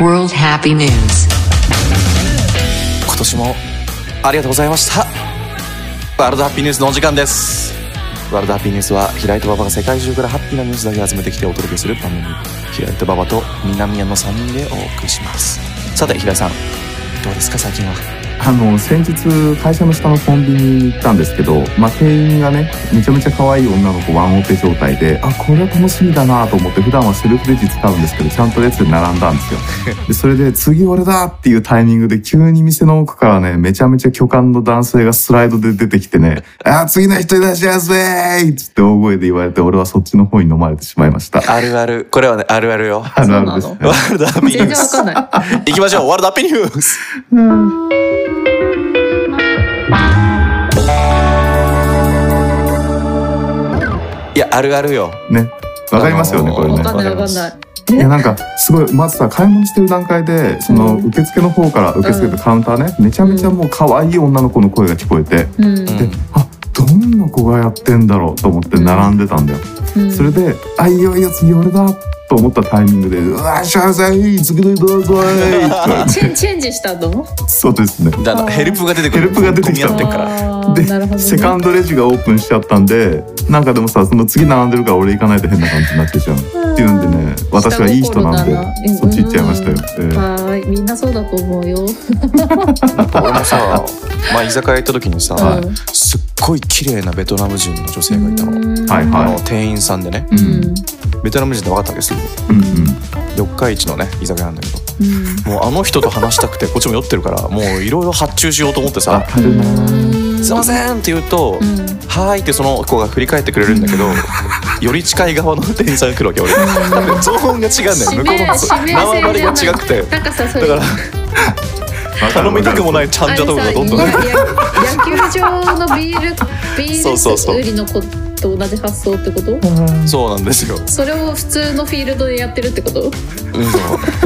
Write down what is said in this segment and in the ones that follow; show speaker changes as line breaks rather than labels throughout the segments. World Happy News.
今年もありがとうございましたワールドハッピーニュースのお時間ですワールドハッピーニュースは平井と馬場が世界中からハッピーなニュースだけ集めてきてお届けする番組平井と馬場と南谷の3人でお送りしますさて平井さんどうですか最近は
あの先日会社の下のコンビニに行ったんですけど、まあ、店員がねめちゃめちゃ可愛い女の子ワンオペ状態であこれは楽しみだなと思って普段はセルフレジ使うんですけどちゃんと列で並んだんですよでそれで次俺だっていうタイミングで急に店の奥からねめちゃめちゃ巨漢の男性がスライドで出てきてね「あ次の人いらっしゃいませー!」っつって大声で言われて俺はそっちの方に飲まれてしまいました
あるあるこれはねあるあるよ
あるあるですね
ワールドハッピー ニュース
全然わかんない。
行きましょうワールドハッピーニュースいやあるあるよ
ねわかりますよねこれね
わかんないわかんない。
いやなんかすごいまずさ買い物してる段階でその
うん
受付の方から受付とカウンターねめちゃめちゃもう可愛い女の子の声が聞こえて
うん
うん
であどんな子がやってんだろうと思って並んでたんだよ
うん
それであいよいよ次俺だと思ったタイミングで「うわしゃさい次のどうぞい」って言われて
チェンチェンジしたの？
そうですね
だからヘルプが出てくる
ヘルプが出てきた
混み合ってるから
あーなるほどね
でセカンドレジがオープンしちゃったんでなんかでもさその次並んでるから俺行かないと変な感じになってちゃうっていうんでね私はいい人なん
下心だ
で
な
そっち行っちゃいましたよ
うん。
ええ
はーい、みんなそうだと思うよ。
俺もさ前居酒屋行った時にさ、
はい
すっごい綺麗なベトナム人の女性がいたの、
はい
あ
は
の店員さんでね
うん。
ベトナム人って分かったわけですよ
うんうん
四日市のね居酒屋なんだけど
うん
もうあの人と話したくてこっちも酔ってるからもういろいろ発注しようと思ってさ
たるな
「すいません」って言うと「
うん
はーい」ってその子が振り返ってくれるんだ けどより近い側の店員さんが来るわけ俺多分ゾーンが違うんだよ向こうの縄張りが違くて
なんかさそ
だ
れ
から頼みたくもないちゃんじゃとかがどんどん
あ
ね
れさいやいや野球場のビールビ
そうそう
ー
そう
ル売りの子と同じ発想ってこと？
そうなんですよ、
それを普通のフィールドでやってるってこと？
うん、そ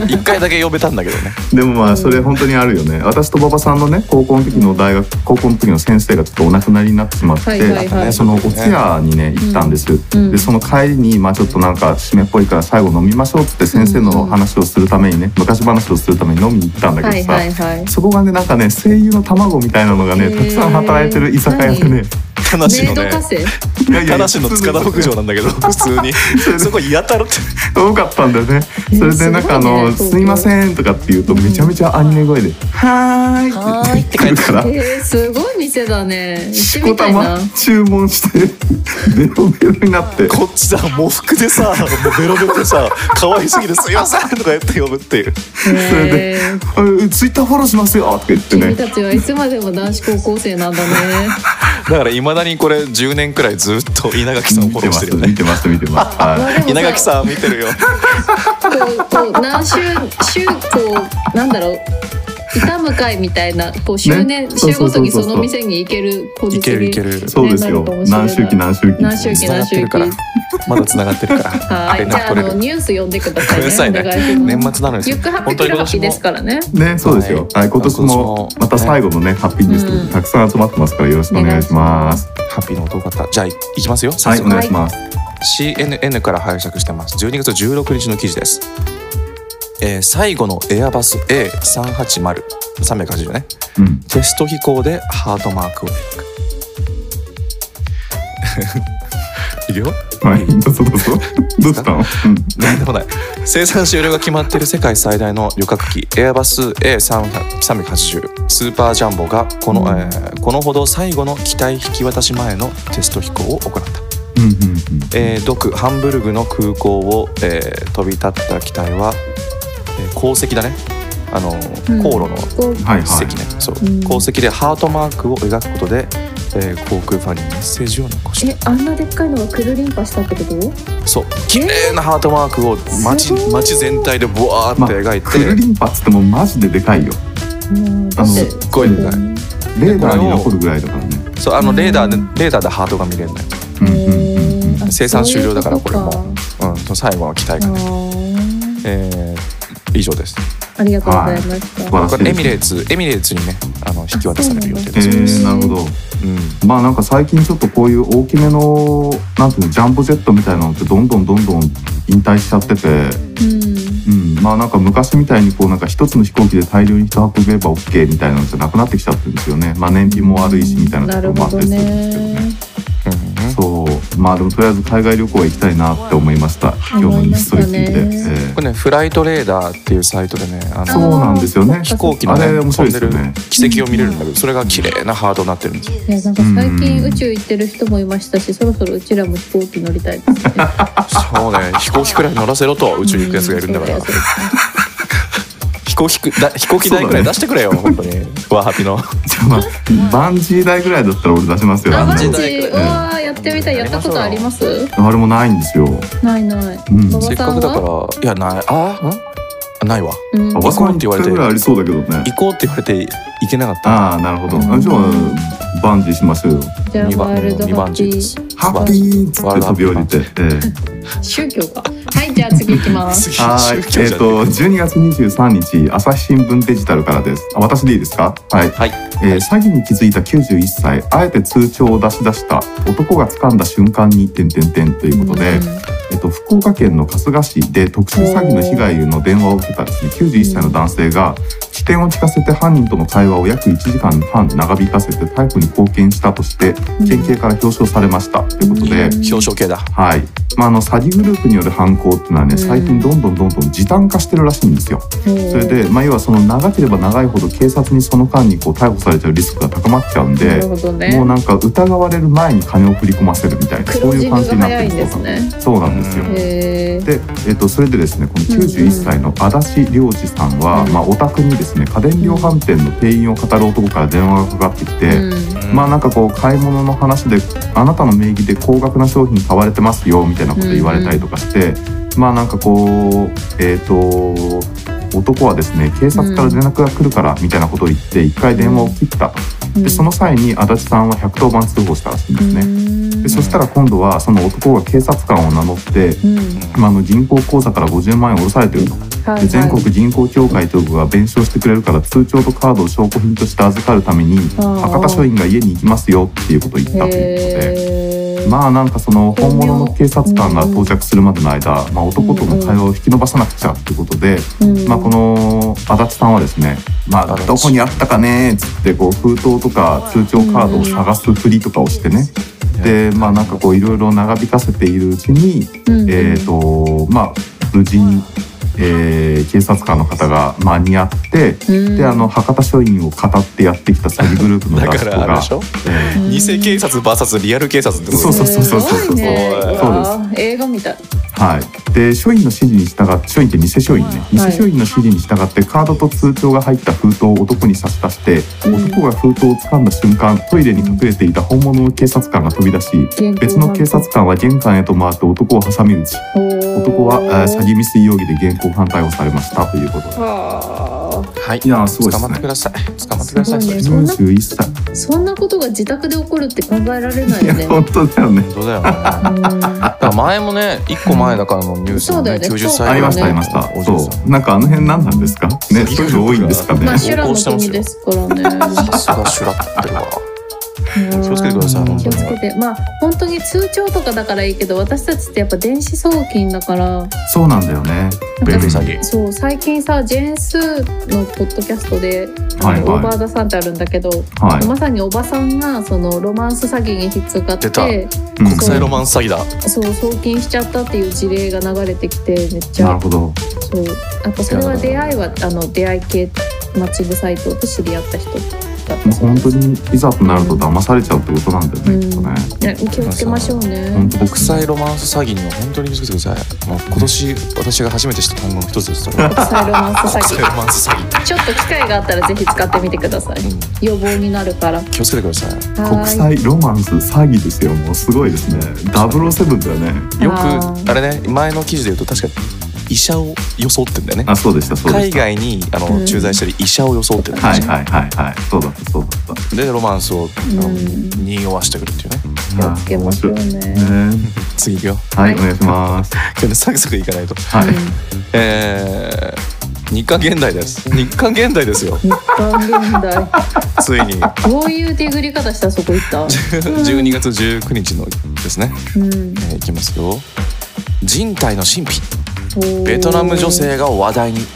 う一回だけ呼べたんだけどね
でもまあそれ本当にあるよね私と馬場さんのね高校の時の大学高校の時の先生がちょっとお亡くなりになってしまって、
はいはいはい
そのお通夜にね行ったんです、
うん
でその帰りにまあちょっとなんか締めっぽいから最後飲みましょうっつって先生の話をするためにね昔話をするために飲みに行ったんだけどさ、
はいはいはい。
そこがねなんかね声優の卵みたいなのがね
へー
たくさん働いてる居酒屋でね
話
メ
の
イド
ね
カフェ？
いやいや
田梨の塚田牧場なんだけど普通に そこやたらって
多かったんだよね。それでなんかあ
すごい
の「
ね
すいません」とかって言うとめちゃめちゃアニメ声で「はーい」って言ってくるから
えー、すごい店だね。行
し
って
こ
みた
た
いな
ま。注文してベロベロになって
こっちさ喪服でさもうベロベロでさ可愛すぎて「すいません」とか言って呼ぶっていう
れで
へー
「あツイッターフォローしますよ」とか言って
君
ね
たちはいつまでも男子高校生なんだね。
だからいまだにこれ10年くらいずっと稲垣さんをフ
見
ォ
て
ローし
ま
て
す
るよ
見
ね
てます見てますは
でも
稲垣さん見てるよ
こうこう何週週こうなんだろう。痛む会みたいなこう周年、
ね
週ごとに
そうそうそうそう
その店に行けるこ
いけるいける
いそうですよ何周期何周期
何周期
繋がって るからまだ繋がってるから
はいじ
連
ゃ
絡
ああ
取れ
の
る
ニュース読んでくだ
ごめんな
さ
さ
い
い
ね
ね
お願いします
年末なのに
ゆっくハッピークラッキーですからね
ねそうですよはい今年もまた最後のねハッピーニュースたくさん集まってますからよろしくお願いします
ハッピーの音方じゃあいいきますよ
は
早
いお
速
願いします
CNN から拝借してます12月16日の記事です、えー最後のエアバス A380 380ね
うん
テスト飛行でハートマークを描く いくよ
はいどうぞどうぞどうしたのうん
なんでもない生産終了が決まっている世界最大の旅客機エアバス A380 スーパージャンボがこの,、えーこのほど最後の機体引き渡し前のテスト飛行を行った
うんうん
えー、ドクハンブルグの空港を、えー飛び立った機体は、えー鉱石だねあの、
うん
航路の
こう
うんはい
石
は
ね、そう
うん
鉱石でハートマークを描くことで、えー航空ファンにメッセージを残し
えあんなでっかいのがくるりんぱしたってこと
たそう綺麗なハートマークを街
すごい
街全体でブワーって描い
クル
て、
リンパっつってもマジででかいよ
うんだっ
あ
て
のす
っごいでかい
レーダーに残るぐらいだからね
そうあのレーダーで、レーダーでハートが見れるのよ、
うん
へ
うんうん
ーあ
生産終了だからこれも
そういうと
うん、その最後の機体
か
が
あ
ね、
ー
えー以上です
ありがとうございました、
はい
これエミレーツエミレーツにねあの引き渡される予定
え
です、
ー、なるほど
うん
まあなんか最近ちょっとこういう大きめのなんていうのジャンボジェットみたいなのってどんどんどんどん引退しちゃってて、
うん
うん、まあなんか昔みたいにこうなんか一つの飛行機で大量に人運べば OK みたいなのじゃなくなってきちゃってるんですよねまあ燃費も悪いしみたいな
な
と
る
ころもあ
ほ
った
ど
りするんですけどね
ね
そうまあでもとりあえず海外旅行は行きたいなって思いました今日のニューストリ聞いて、
思いましたね
ええ
これねフライトレーダーっていうサイトでねあ
そう
の
なんですよね
飛行機の
あ
ね
れ面白
飛
い
ん
で
です
よ
る
ね
軌跡を見れるんだけどそれが綺麗なハートになってるんですよ
いやなんか最近宇宙行ってる人もいましたしそろそろうちらも飛行機乗りたいですね
そうね飛行機くらい乗らせろと宇宙に行くやつがいるんだか
う
ら
そうそう
飛行機くだ飛行機代くらい出してくれよ、本当にワーハピ の
じゃあま あバンジー代ぐらいだったら俺出しますよ
あ
あん
マ
な
ジ
の
うわーやってみたいやったことあります
あれもないんですよ
ないない、
うん
馬場
せっ
さ
か
ん
くだから
はい
やないあんないわ
うん
あ、
馬場
バ
さ
コ
んっ
ン
て
っ
言
て
わ
言わ
れ
れ
て
てぐらいありそうだけどね
行こうって言われて行けなかった
ああなるほどあじゃあバンジーしましょうよ
じゃあ
2番
ワールド
2
ハッピ
番地
ー
です
ハッピーっつって飛び降りて、ええ
宗教かはいじゃあ次行きます
次
はい、えっ
宗、教じゃねえ
と、12月23日、朝日新聞デジタルからです。あ、私でいいですか。はい、
はい
えー詐欺に気づいた91歳、あえて通帳を出し出した。男が掴んだ瞬間に、てんてんてんということで、えっと、福岡県の春日市で特殊詐欺の被害の電話を受けたですね、91歳の男性が。視点を聞かせて犯人との会話を約1時間半長引かせて逮捕に貢献したとして県警から表彰されましたということで、
表彰系だ
はい。まあ、あの詐欺グループによる犯行っていうのはね、
うん
最近どんどんどんどん時短化してるらしいんですよ。そ
そ
れで、まあ、要はその長ければ長いほど警察にその間にこう逮捕されちゃうリスクが高まっちゃうん
な
で
る。ほど
もう
ね
なんか疑われる前に金を振り込ませるみたいなそ
黒
うい
字
う
が
感じになっ
早
て
い
る
んですね
そうなんですよ
へ
うん
え
で、えっと、それでですねこの91歳の足立良二さんは、
うん
まあ、お宅にですね家電量販店の店員を語る男から電話がかかってきて、まあなんかこう買い物の話であなたの名義で高額な商品買われてますよみたいなこと言われたりとかして、まあなんかこうえっ、と男はですね警察から連絡が来るからみたいなことを言って一回電話を切った、でその際に足立さんは110番通報したらしいんですね、でそしたら今度はその男が警察官を名乗って、
うんうん
まあ、あの銀行口座から50万円下ろされてると
はいは
で
い
全国銀行協会というのが弁償してくれるから通帳とカードを証拠品として預かるために
ああ
博多署員が家に行きますよっていうことを言ったということで。
へえ
まあなんかその本物の警察官が到着するまでの間、まあ、男との会話を引き延ばさなくちゃっていうことで、
うん
まあ、この足立さんはですね「まあ、どこにあったかね」っつってこう封筒とか通帳カードを探すふりとかをしてねでまあなんかこういろいろ長引かせているうちに
うん
えーとまあ、無事に、えー警察官の方が間に合って、
うん
であの博多署員を語ってやってきた詐欺グループの
だ
出し
か
子
らあれ
が
でしょ
え
うん
偽警察 VS リアル警察ってこと
そうそうそうそうそう
すごいね
そう
うわー映画みたい
ーはい、で署員の指示に従って署員って偽署員ね偽
はい
署員の指示に従ってカードと通帳が入った封筒を男に差し出して、
うん
男が封筒を掴んだ瞬間トイレに隠れていた本物の警察官が飛び出し
現行犯
別の警察官は玄関へと回って男を挟み撃ち
男
男は、えー詐欺未遂容疑で現行犯逮捕されましたということで
はあ
はい
いやーすごいで
捕
す
ま
ね
ってください捕まってください
す
そ
ごい
れ
ねそんな
41歳
そんなことが自宅で起こるって考えられないよ
いや
ね
本当だよね
そうだよねだ
う
から前もね一個前だからのニュース
そうだ
で
よね
90歳ぐらい
ありましたあ
ね
りました
お嬢さん
そうなんかあの辺何なんですかねそういうの多いんですか
ん
ね
まあ修羅の
横行してます
国
よ
ですからね
さすがシュラってるわ
気
気をつけてください本
気
当
を
に
つけてまあ本当に通帳とかだからいいけど私たちってやっぱ電子送金だから
そうなんだよね
ベ
便利
ル詐欺
そう最近さジェーン・スーのポッドキャストで「
はいはい
あのオーバー・ザ・さん」ってあるんだけど、
はい
まさにおばさんがそのロマンス詐欺に引っかかっ
出た
て
うん
国際ロマンス詐欺だ
そう送金しちゃったっていう事例が流れてきてめっち
な
ゃ
るほど
そうやっぱそれは出会いはあの出会い系マッチングサイトで知り合った人だっ
も
た
う
そう
本
です
当にいざとなると騙されちゃうってことなんだよね、
うん
きっとね
いや気をつけましょうね。
本当
国際ロマンス詐欺には本当に気をつけてくださいもう今年私が初めて知った単語の一つですそれは
国際ロマンス詐
国
欺
際 ロマンス詐欺
ちょっと機会があったらぜひ使ってみてください。
うん
予防になるから。
気をつけてください
国際ロマンス詐欺ですよもうすごいですね007だよね
よ
あー
くあれね前の記事で言うと確か医者を装ってんだよね
あそうでしたそうで
海
した
外にあ
う
の
ん
駐在してる医者を装ってるん
はい
で
はいはいはいそうだったそうだった
すよでロマンスをあの
うん
匂わしてくるっていうね
気をつけましょう
ね
ね。
次行くよ
はいお願いします
今日ねサクサクいかないと
はい、
えー日刊現代です日刊現代ですよ
日韓現代。
ついに
どういうデグリ方したらそこ行った。
12月19日のですね
うん。
えーいきますよ。人体の神秘ベトナム女性が話題に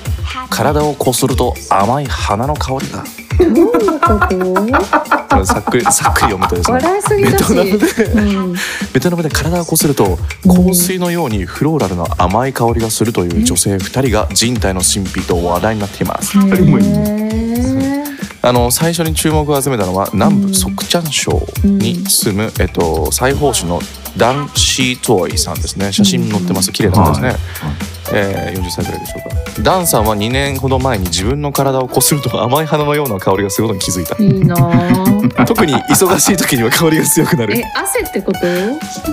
体をこすると甘い花の香りがこれさっくりさっくり読むとですね
笑いすぎだし、
ベトナム
うん、
ベトナムで体をこすると香水のようにフローラルの甘い香りがするという女性2人が人体の神秘と話題になっています
二人もいい
へー
あの最初に注目を集めたのは南部ソクチャン省に住む、えっと、西方市のダン・シー・トイさんですね写真に載ってます綺麗な方ですね、
はい
えー40歳ぐらいでしょうかダンさんは2年ほど前に自分の体をこすると甘い花のような香りがすることに気づいた
いいなぁ
特に忙しい時には香りが強くな
え
る
汗ってことへ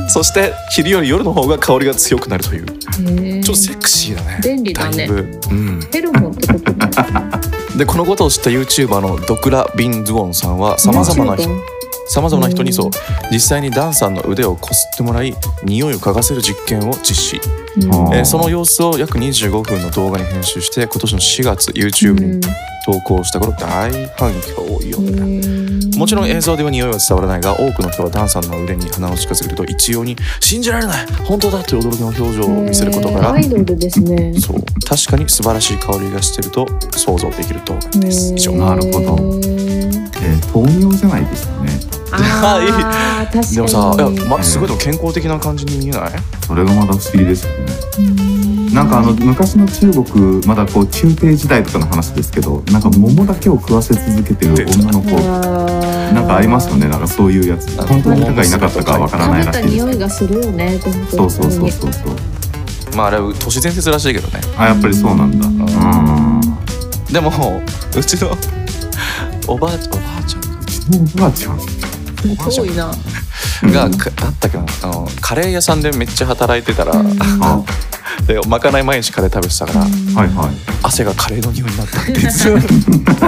そして昼より夜の方が香りが強くなるというちょ
ー
っとセクシーだね
便利だね
いぶ、うん、
フェロモンってことね
でこのことを知った YouTuber のドクラ・ビンズウォンさんはさまざまな人さまざまな人にそう
うん
実際にダンさんの腕をこすってもらい匂いを嗅がせる実験を実施、
うん
あ
え
ー
ーその様子を約25分の動画に編集して今年の4月 YouTube に投稿した頃大反響を呼んだ、
うん
もちろん映像では匂いは伝わらないが多くの人はダンさんの腕に鼻を近づけると一様に「信じられない本当だ!」という驚きの表情を見せることから、
へーアイドルですね
そう確かに素晴らしい香りがしてると想像できる動画です以上
へー
なるほどえー糖尿じゃないですかね
あー確かに
でもさ、いやま、
うん
すごいでも健康的な感じに見えない、
それがまだ不思議ですよね
うん
なんかあの昔の中国まだこう中帝時代とかの話ですけどなんか桃だけを食わせ続けてる女の子
あー
なんかありますよねなんかそういうやつ
あ
本当にいたかいなかったかわからない
食べ
らしたいです
匂いがするよね
そうそうそう
う
そうそう
まああれは都市伝説らしいけどね
あやっぱりそうなんだ
うん
うん
でもうちのおばあちゃんおばあちゃん
もうおばあちゃん
遠いな
がかあったっけなあのカレー屋さんでめっちゃ働いてたら、
うん
あ
でまかない毎日カレー食べてたから、
はいはい
汗がカレーの匂いになったって言って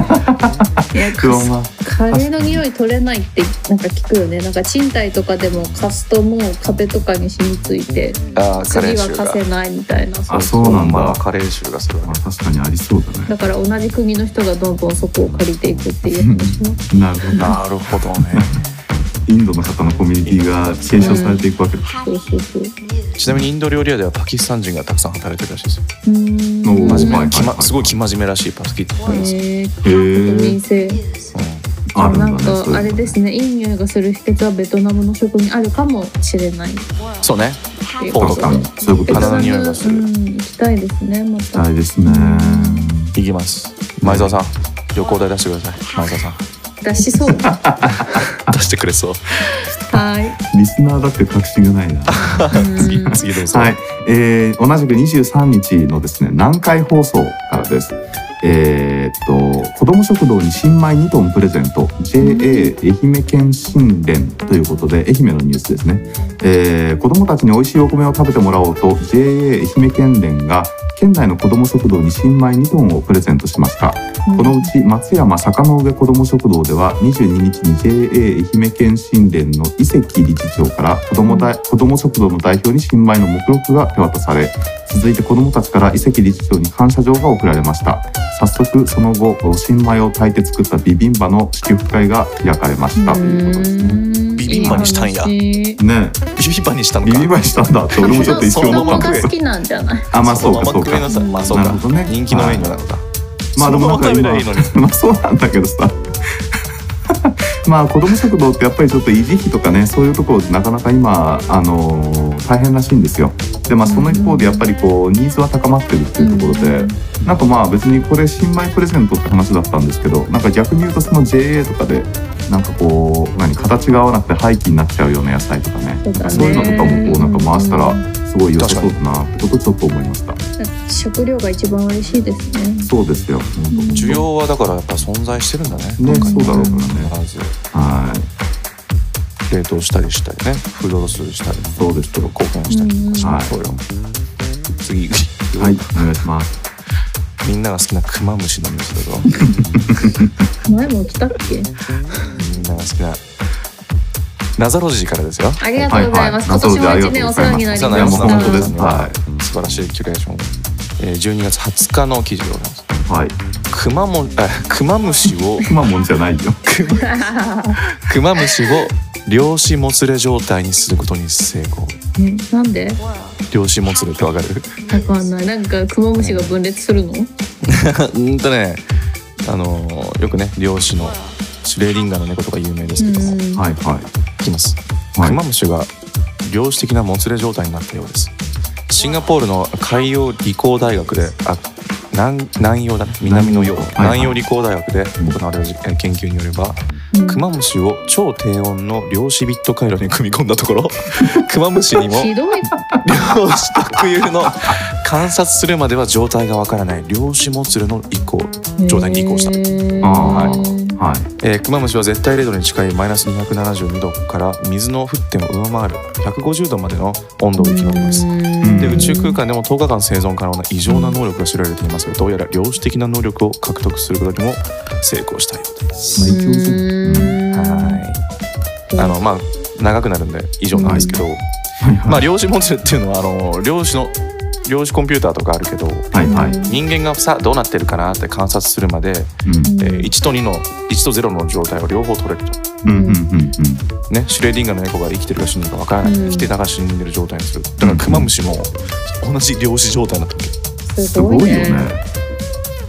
いや
不安が
カレーの匂い取れないってなんか聞くよねなんか賃貸とかでも貸すともう壁とかに染みついて
た あーカレ
次
ー
は
臭が
貸せないみたいな
あそうなんだ
まあカレー臭がする
あ確かにありそうだね
だから同じ国の人がどんどんそこを借りていくっていう話も
なるほど
なるほどね
インドの方のコミュニティが継承されていくわけだ
そうそうそう
ちなみにインド料理屋ではパキスタン人がたくさん働いてるらしいですよ
うー
お
ん
ー
真面目
はい
きま、すごい生真面目らしいパスキットなんです、
へえ
へ
民
え
生
あるん
な
だ
ん
ねそういうの
かあれですねいい匂いがする秘訣はベトナムの食にあるかもしれない
そうね
ていう
ポ
こと
ー
で
ト
確かにそういうこ
ベ
と
ト
鼻
ナ
の
ム
匂いがする
うん、行きたいですねまた
あれですね
いきます前澤さん旅行代出してください前澤さん
出しそうは
出してくれそう
い
リスナーだって確信がないな
次
うん
次どうぞ、
はい、えー同じく23日のですね南海放送からです。えーっと子ども食堂に新米2トンプレゼント JA 愛媛県新連ということで愛媛のニュースですね、えー子どもたちに美味しいお米を食べてもらおうと JA 愛媛県連が県内の子ども食堂に新米2トンをプレゼントしましたこのうち松山坂の上子ども食堂では22日に JA 愛媛県新連の伊関理事長から子どもだ子ども食堂の代表に新米の目録が手渡され続いて子どもたちから伊関理事長に感謝状が贈られました早速その後新米を炊いて作ったビビンバの試食会が開かれましたということですね。
うん
ビビンバにしたんや
いい話
ね
ビビンバにしたの
えビ
か
ビンバにしたんだって俺もちょっと一瞬思ったん
そのまます
で
好きなんじゃない
あまあそうかそう
のまま食いな
か
さいまあそう
な
か
るほどね
人気のメニューなのか
まあでもなんか
そのまま食べり
今
ゃいいのに
まあそうなんだけどさ まあ子ども食堂ってやっぱりちょっと維持費とかねそういうところなかなか今あのー大変らしいんですよでまあその一方でやっぱりこうニーズは高まってるっていうところで、なんかまあ別にこれ新米プレゼントって話だったんですけどなんか逆に言うとその JA とかでなんかこう何形が合わなくて廃棄になっちゃうような野菜とかね
そうだね
そういうのとかもこうなんか回したらすごい良さそうだなってことをちょっと思いました
食料が一番嬉しいですね
そうですよ本当
需要はだからやっぱ存在してるんだね
ねそうだろうからね
必ず
はい
冷凍したりしたりねフードロスしたり
そうですよ
貢献したりとかしましょうよ、次
はい、お願いします。
みんなが好きなクマムシの虫だぞ
前も来たっけ
みんなが好きなナザロジーからですよ
ありがとうございます、今年も一年お世話になりま
お世話に
した
なり
いや
ま
も
し
う
た
本当 ですは
素晴らしいキュレーション、えー、12月20日の記事でございます
はい、
クマモンあクマムシを
くまモンじゃないよ。
クマムシを量子もつれ状態にすることに成功
ね、なんで
両親もつれてわかる
わかんないなんかクマムシが分裂するの
うんとねあのーよくね漁師のシュレーディンガーの猫とか有名ですけども、い
うん
はいは
きます
いは
ク
い
マムシが量子的なもつれ状態になったようですシンガポールの海洋理工大学であ南南洋だね南の洋
南洋はいはい
南洋理工大学で行われる実験研究によれば
うん
クマムシを超低温の量子ビット回路に組み込んだと ころクマムシにも
ひどい
量子特有の観察するまでは状態がわからない量子もつれの移行状態に移行した
た
ああはい
えークマムシは絶対0度に近いマイナス272度から水の沸点を上回る150度までの温度を生き延びます。
ん
で宇宙空間でも10日間生存可能な異常な能力が知られていますがどうやら量子的な能力を獲得することにも成功したようです。
まあ一応そううん
はいあのまあ長くなるんで以上なんですけど、
はいはい
まあ量子モデルっていうのはあの量子の量子コンピューターとかあるけど
はいはい
人間がさどうなってるかなって観察するまで、
うん
えー1と2の1と0の状態を両方取れると。
うんうんうんうん
ね、シュレーディンガーの猫が生きてるか死んでるか分からない、
うん
生きてたか死んでる状態にするだからクマムシも同じ量子状態になったわ
す
すご
ご
い
い
よね
ね。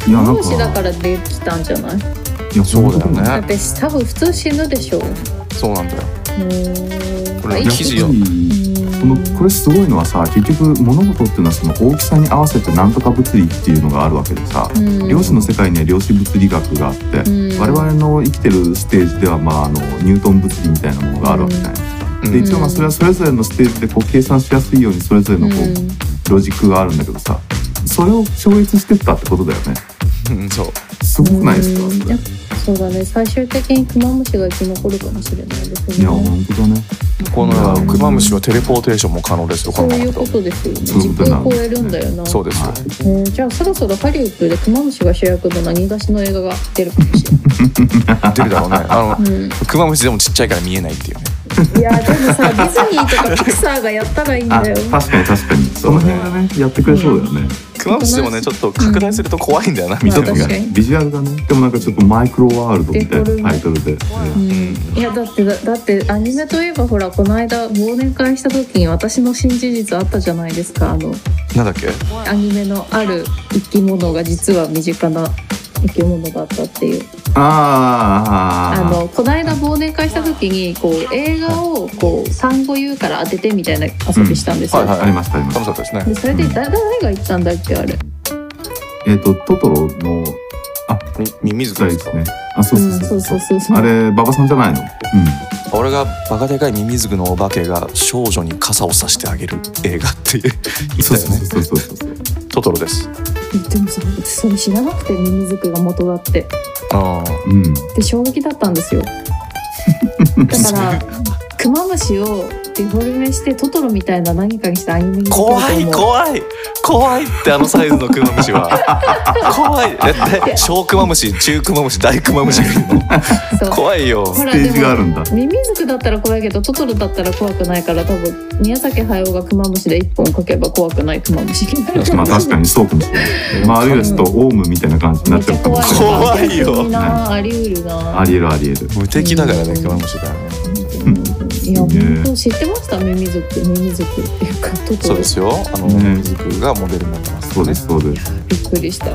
いやなん
同
か
士だからできたんじゃない
いや
そうだよね
だって多分普通死ぬでしょう
けそうなんだよ
ーん
これ
はい
生き記事よ
このこれすごいのはさ結局物事っていうのはその大きさに合わせてなんとか物理っていうのがあるわけでさ、
うん
量子の世界には量子物理学があって、
うん
我々の生きてるステージでは、まあ、あのニュートン物理みたいなものがあるわけじゃないですか。
うん
で一応まあそれはそれぞれのステージでこう計算しやすいようにそれぞれのこう、
うん
ロジックがあるんだけどさそれを超越してったってことだよね。
うんそう
すごくないですか
うん
そ
や
れ
っぱそうだね最終的にクマムシが生き残るかもしれないです
いや
ね
本当だね。
この世はクマムシはテレポーテーションも可能ですよ
そ
この
う
ま
い
ま
う
だと
ことですよね
そうい
時
うことな
空
ん
を超
ですね
えるんだよな
そうですよ、
はい
えーじゃあそろそろハリウッドでクマムシが主役の何がしの映画が出るかもし
出るだ ろうねあ
れない、うん
のクマムシでもちっちゃいから見えないっていうね
いやでもさディズニーとかピクサーがやったらいいん
あ
だよ
確かに確かにその辺がねやってくれそうだよね。
クマムシでもねちょっと拡大すると怖いんだよな、見た
ちょっ
目が
と
確かに
ビジュアルがねでもなんかちょっとマイクロワールドみたいなタイトルで、
いやだってだだってアニメといえばほらこの間忘年会した時に私の新事実あったじゃないですかあの
なんだっけ
アニメのある生き物が実は身近な生き物だったっていうあ
あーあ
のこの間忘年会した時にこう映画をこう産後言うから当ててみたいな遊びしたんですよ、
うんはいはい
ありましたありまし
楽
た
しかったですね
でそれでだ誰が言ったんだっけあれ
えっ、とトトロの
みミミズク
二
で
人です
か
すねあそうそう
うん
そ
そううそうそうそう
あれ馬場さんじゃないの
俺がバカでかいミミズクのお化けが少女に傘をさしてあげる映画っていう言
うん
った
そう
よ
そう
ね
そうそうそうそう
トトロです
でもさ私それ知らなくてミミズクが元だって
ああ
うん
で衝撃だったん ですよだからクマムシをデフォルメしてトトロみたいな何かにしてアニメにできると思う
怖い怖い怖いってあのサイズのクマムシ は怖いだって小クマムシ中クマムシ大クマムシがいるの
そう
怖いよ
ほ
ス
ら
テージがあるんだ
ミミズクだったら怖いけどトトロだったら怖くないから多分宮崎駿がクマムシで一本描けば怖くないクマムシになる
まあ確かにそうかもしれないまああるいはちょっとオウムみたいな感じにな
めっ
っち
ち
ゃ
ゃ
うかも
怖い
しれ
怖い
ない
よ
逆になあり得るな
ありえるありえる
無敵だからねクマムシだよね
いや
ね
本当知ってましたミミズクミミズクっていうかトト
そう
ロ
ですよあの、
ね
ミミズクがモデルになってます
そ
よ
う
ね
ですそうです
びっくりしたわ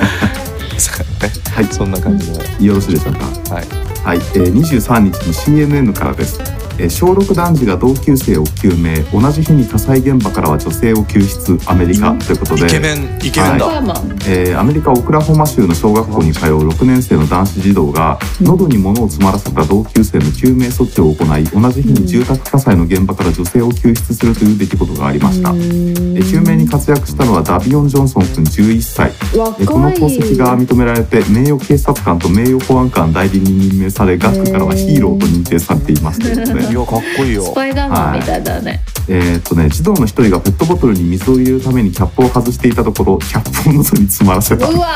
はいそんな感じで、
よろしいでしょうか
はい
はい、えー23日の CNN からです、えー小6男児が同級生を救命同じ日に火災現場からは女性を救出アメリカということで
イケメンイケメンだ、
パーマン
えーアメリカオクラホマ州の小学校に通う6年生の男子児童が喉に物を詰まらせた同級生の救命措置を行い同じ日に住宅火災の現場から女性を救出するという出来事がありました、えー救命に活躍したのはダビオン・ジョンソン君11歳
若
え
い
この功績が認められて名誉警察官と名誉保安官代理に任命され学区からはヒーローと認定されていますということ
い
で、
やかっこいいよ
スパイダーマンみたいだね、
えーっとね、児童の一人がペットボトルに水を入れるためにキャップを外していたところキャップを喉に詰まらせた
うわ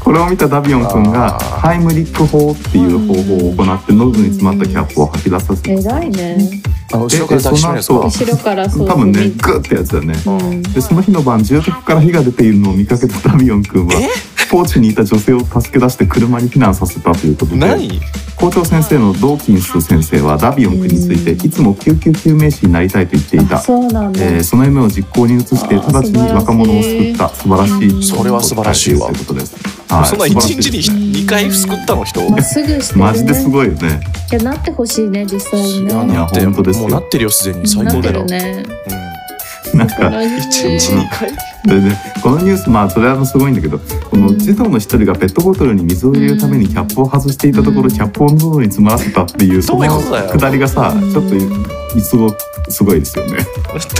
これを見たダビオン君が
あー
ハイムリック法っていう方法を行って喉に詰まったキャップを吐き出させ
ー
て
偉いね
あの後ろから抱きしめるやつ
え
か
後ろからそう
多分ね
見
グーってやつだよね
うん
でその日の晩住宅から火が出ているのを見かけたダビオン君は高知にいた女性を助け出して車に避難させたということで
何
校長先生のドーキンス先生はダビオン君についていつも救急救命士になりたいと言ってい
あ
た、
そうなんだ、
えーその夢を実行に移して
あー
直ちに若者を救った素晴らしい
それは素晴らしいわ
ということです、はい
そんな
素晴
一
らしい
日に2回救ったの人
まっすぐしてるね
マジですごいよね
いやなってほしいね実際にね
いや
な
な
って
本当です
も
よ
うなってるよすでに最高
って
だ
る
よ、
ね
なんか
一日
に
2回
それでこのニュースまあそれはすごいんだけどこの児童の一人がペットボトルに水を入れるためにキャップを外していたところキャップを喉に詰まらせたっていうそ
どういう
の
ことだよ
くだりがさちょっといつもすごいですよね。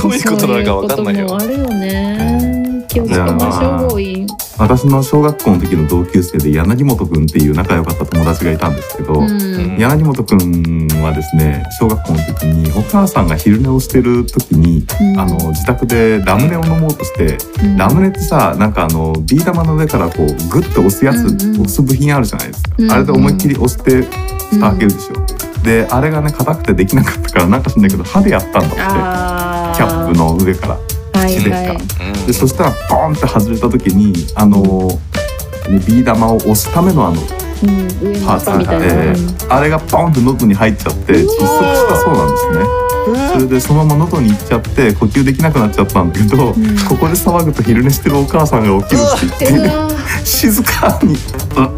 どういうことなのかわかんないよ
そういうこともあるよね気をつけましょうボーイン
私の小学校の時の同級生で柳本くんっていう仲良かった友達がいたんですけど、
うん
柳本くんはですね小学校の時にお母さんが昼寝をしてる時に、あの自宅でラムネを飲もうとして、
うん
ラムネってさなんかあのビー玉の上からこうグッと押すやつ、
うんうん
押す部品あるじゃないですか、
うんうん
あれで思いっきり押して蓋開けるでしょ、であれがね硬くてできなかったからなんか知んないけど歯でやったんだって
あー
キャップの上から
はい
手で
は
す
い
かでそしたらポーンって外れた時にあのビー玉を押すためのあの
うん、上の
パーツ
パみたいな、
えーあれがポンって喉に入っちゃって窒息したそうなんですねそれでそのまま喉に行っちゃって呼吸できなくなっちゃったんだけど、
ん
ここで騒ぐと昼寝してるお母さんが起きるって言
う
って
わ
静かに「ああ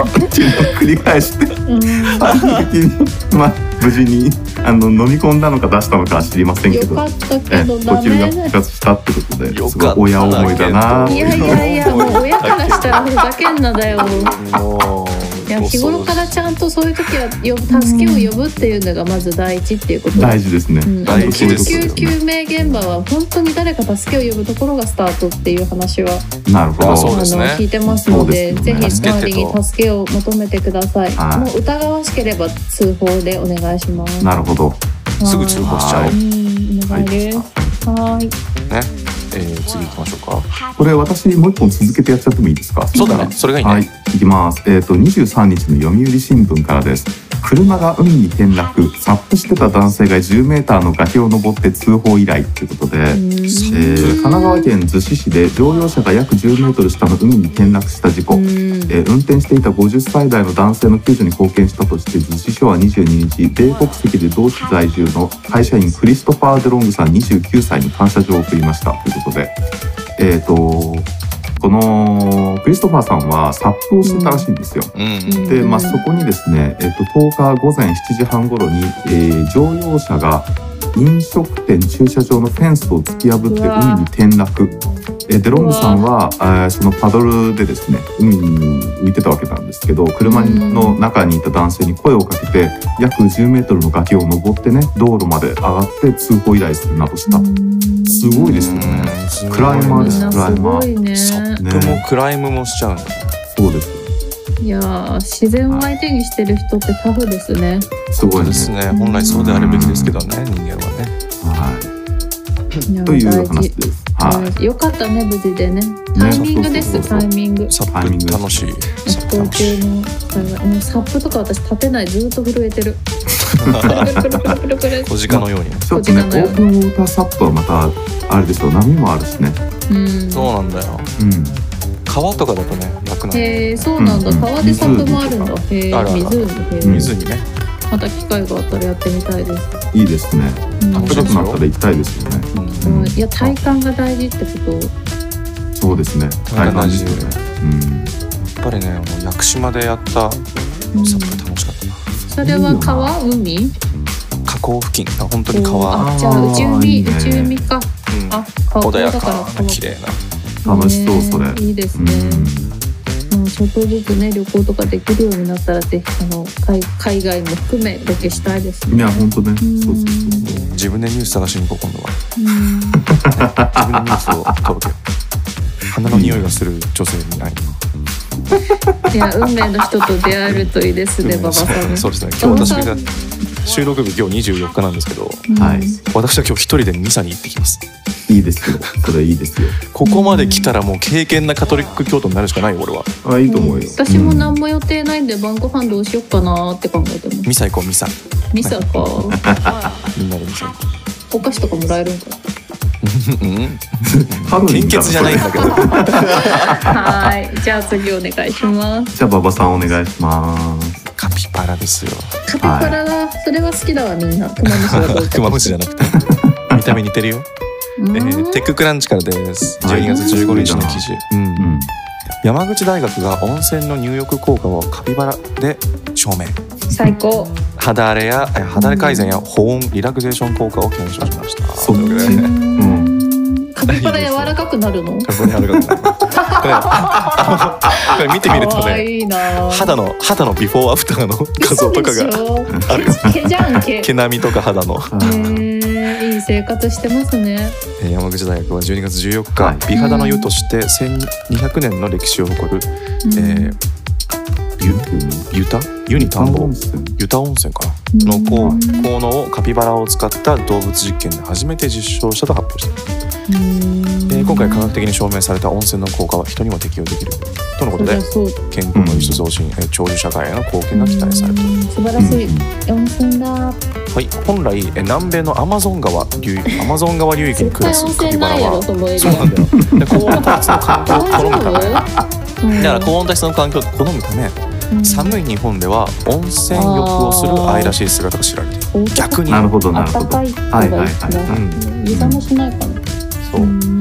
あっていうのを繰り返して
ー
あ的にまあ無事にあの飲み込んだのか出したのかは知りませんけ
よか
ど。
った
え
け
え呼
どダ
吸が
メ
復活したってこと
よか
で
った
すごい親思いだなって
い
い
や
う
い
のを
やいやもう親からしたらふざけんなだよ
もう
いや日頃からちゃんとそういう時はよ助けを呼ぶっていうのがまず第一っていうこと
大事ですね。
うん
大事
救
です
急
よね
救命現場は本当に誰か助けを呼ぶところがスタートっていう話は、
なるほど。
あそうですね
あの聞いてますので
そうです
ぜ
よ
ひ周
ね
りに助けを求めてください
はい
もう疑わしければ通報でお願いします
なるほど。
すぐ通報しちゃお
う、
う
んお願いですはい
えー次行きましょうか
これ私もう一本続けてやっちゃってもいいですか
そうだねそれがいいね、
はい、いきます。えっ、と、23日の読売新聞からです。車が海に転落、サップしてた男性が10メーターの崖を登って通報依頼ということで、えー神奈川県逗子市で乗用車が約10メートル下の海に転落した事故。えー運転していた50歳代の男性の救助に貢献したとして逗子署は22日米国籍で同市在住の会社員クリストファー・デロングさん29歳に感謝状を送りましたということで、えー、とこのクリストファーさんはサップをしてたらしいんですよ。
うん
で、まあ、
うん
そこにですね、えっと、10日午前7時半頃に、えー乗用車が飲食店駐車場のフェンスを突き破って
うわ
海に転落。えーデロングさんは、えーそのパドルでですね海に浮いてたわけなんですけど車の中にいた男性に声をかけて約10メートルの崖を登ってね道路まで上がって通報依頼するなどしたすごいですよね
うん
クライマ
み
ー
ん
です
な
ク
す
ライマ
ごい
ー
ね
サップもクライムもしちゃうんだ
そうです
いやー自然を相手にしてる人ってタフですね
すごい
で
ですすね
ね本来そうであるべきですけどね人間はね
はい
や
いという
大
話
事
ですはい
よかったね無事でねタイミングです、
そうそうそうそう
タイミング
サ
タイミン
ッ
グ
プ楽しいサップ
高
楽し
級
い
のもうサップとか私立てないずっと震えてるくるくるくるくるく
小鹿のように
ちょっとねオ
こちらの
ープンウォーターサップはまたあれですよ波もあるしね
るうん
そうなんだよ
うん
川とかだとね楽なんだよ
へえそうなんだ
うんうん
川でサップもあるんだへえ
あるある
湖へえ
水にね
また機会があったらやってみたいです
いいですね
うん
楽し
高くなったら行きたいですよね
うん
うんいや体感が大事ってこと
そうですね
体感ですよね
うん
やっぱりねあの屋久島でやったサ
うん
ップ楽しかったな
それは川海
河口付近あ本当に川、
あじゃあ宇宙
い
海
いね
宇宙海か
うん
あ川
穏や
だから
かな
川
綺麗な
楽しそう
ね
それ
いいです
う
ね、
ん
もうちょっとずつね旅行とかできるようになったらぜひあの海海外も含めロケしたいですね
いや本当ね
うん
そうそうそう
うん自分でニュース探しに行こう今度は
うん
自分でニュースを届けよう鼻の匂いがする女性に会いに
いや運命の人と出会えるといいですね馬場さん
そううですね今日私
馬場
が収録日今日24日なんですけど
ん
はい
私は今日一人でミサに行ってきます
いいですよそれいいですよ
ここまで来たらもう敬虔なカトリック教徒になるしかないよ俺は
あいいと思うよ
私も何も予定ないんで晩ご飯どうしようかなって考えてます
ミサ行こうミサ
ミサか
みんなでミサ行こ
お菓子とかもらえるんかな
ううん
ハロウィン
献血じゃないんだけど
はい。じゃあ次お願いします。
じゃあ馬場さんお願いします
カピバラですよ
カピバラだ。それは好きだわみん な。クマムシはどうか。
クマムシじゃなくて見た目似てるよ、
う
え
ー
ー
ん
テッククランチからです
はい
12月15日の記事、うん
うん
山口大学が温泉の入浴効果をカピバラで証明
最高。
肌荒れやえ肌荒れ改善や保温リラクゼーション効果を検証しました
そう
というわけ で
うんカピバラ柔らかくなるの？
カピバラあるかもこれこれ見てみると
可
ね
愛いな。
肌の肌のビフォーアフター の画像とか
嘘で
が
しょ
あるよ
毛じゃん毛。
毛並みとか肌の
あ
え
ー
ーいい生活してますね。
えー山口大学は12月14日、
はい
美肌の湯として1200年の歴史を誇る、えー、
ゆ
湯田湯に田んぼ
温泉
湯田温泉かな
うん
の効
うん
効能をカピバラを使った動物実験で初めて実証したと発表した、えー今回科学的に証明された温泉の効果は人にも適用できるとのことで
そうそう
健康の輸出増進、えー長寿社会への貢献が期待され
う
る
ん素晴らしい温泉だ
はい、本来えー南米のアマゾン川流域アマゾン川流域に
絶
暮ら
対
す
温
カピ
泉
バラ
ないやろ
は
そのエリ
そう
ア
なんだよで高温多湿の環境を好むか
大
ら
丈夫うん
だから高温多湿の環境を好むため
うん
寒い日本では温泉浴をする愛らしい姿が知られている
大阪
逆に
なるほどなるほ
暖
ど
かい方がいいか
はいはい
な
はい
湯冷ましないかな
そう
うんうん